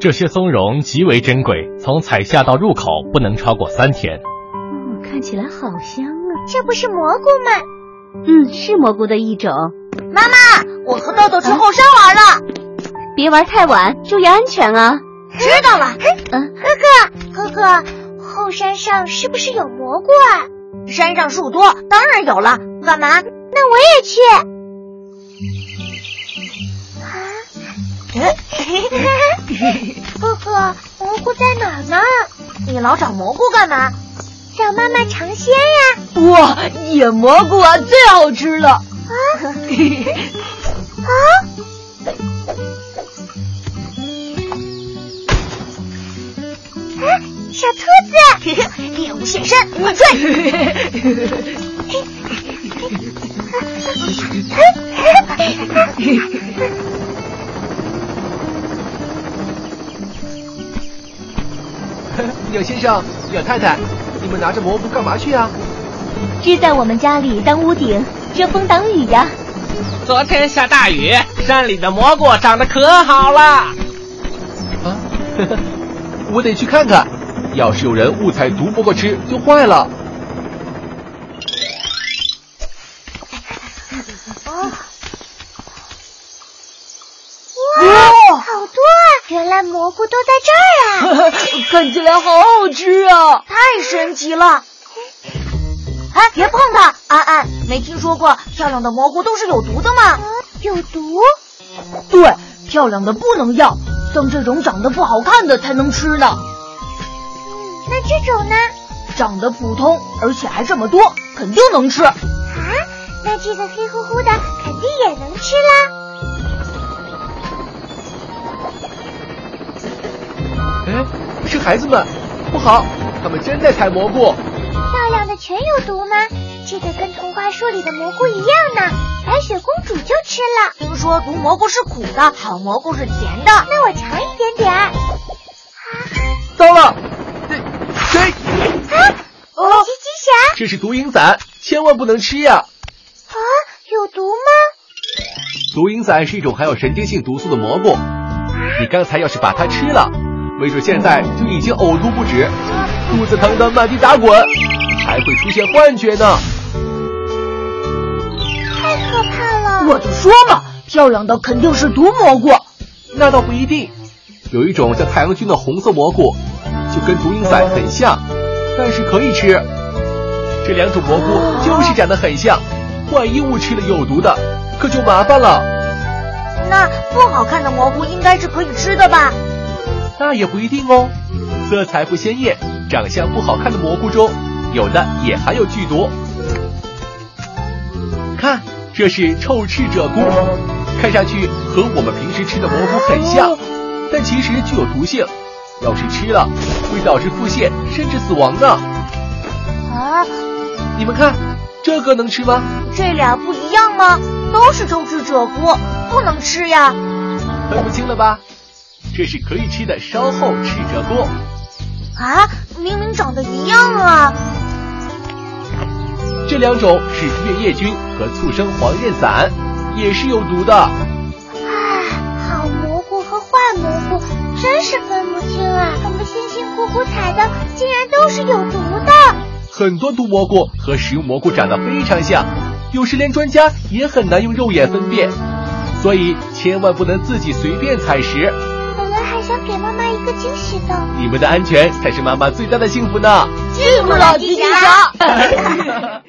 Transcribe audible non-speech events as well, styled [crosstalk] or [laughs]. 这些松茸极为珍贵，从采下到入口不能超过三天。哦，看起来好香啊！这不是蘑菇吗？嗯，是蘑菇的一种。妈妈，我和豆豆去后山玩了。别玩太晚，注意安全啊！知道了。嗯哥哥，哥哥，后山上是不是有蘑菇啊？山上树多，当然有了。干嘛？那我也去。 [laughs] 啊！哥哥，蘑菇在哪儿呢？你老找蘑菇干嘛？找妈妈尝鲜呀。哇，野蘑菇啊，最好吃了！小兔子，猎物现身，快追！柳先生，柳太太，你们拿着蘑菇干嘛去啊？支在我们家里当屋顶，遮风挡雨呀。昨天下大雨，山里的蘑菇长得可好了。啊，我得去看看。要是有人误采毒蘑菇吃，就坏了。哇，好多啊！原来蘑菇都在这儿啊！ [laughs] 看起来好好吃啊！太神奇了！哎，别碰它！安安，没听说过漂亮的蘑菇都是有毒的吗？有毒？对，漂亮的不能要，像这种长得不好看的才能吃呢。嗯那这种呢？长得普通，而且还这么多，肯定能吃。啊，那这个黑乎乎的肯定也能吃啦！哎，是孩子们，不好，他们真在采蘑菇。漂亮的全有毒吗？这个跟童话书里的蘑菇一样呢，白雪公主就吃了。听说毒蘑菇是苦的，好蘑菇是甜的。那我尝一点点。啊，糟了，这这急急侠这是毒蝇伞，千万不能吃呀、啊，有毒吗？毒蝇伞是一种含有神经性毒素的蘑菇，你刚才要是把它吃了，没准现在就已经呕吐不止，肚子疼得满地打滚，还会出现幻觉呢。太可怕了！我就说嘛，漂亮的肯定是毒蘑菇。那倒不一定，有一种叫太阳菌的红色蘑菇，就跟毒蝇伞很像，但是可以吃。这两种蘑菇就是长得很像，万一误吃了有毒的，可就麻烦了。那不好看的蘑菇应该是可以吃的吧？那也不一定哦，色彩不鲜艳、长相不好看的蘑菇中，有的也含有剧毒。看，这是臭翅者菇，看上去和我们平时吃的蘑菇很像，但其实具有毒性，要是吃了会导致腹泻甚至死亡呢。啊，你们看，这个能吃吗？这俩不一样吗？都是周知者菇，不能吃呀。分不清了吧？这是可以吃的稍后赤者菇。啊，明明长得一样啊！这两种是月夜菌和促生黄芩散，也是有毒的。唉，啊好蘑菇和坏蘑菇真是分不清啊！我们辛辛苦苦采的，竟然都是有毒的。很多毒蘑菇和食用蘑菇长得非常像，有时连专家也很难用肉眼分辨，所以千万不能自己随便采食。本来还想给妈妈一个惊喜的。你们的安全才是妈妈最大的幸福呢。进不了吉吉侠。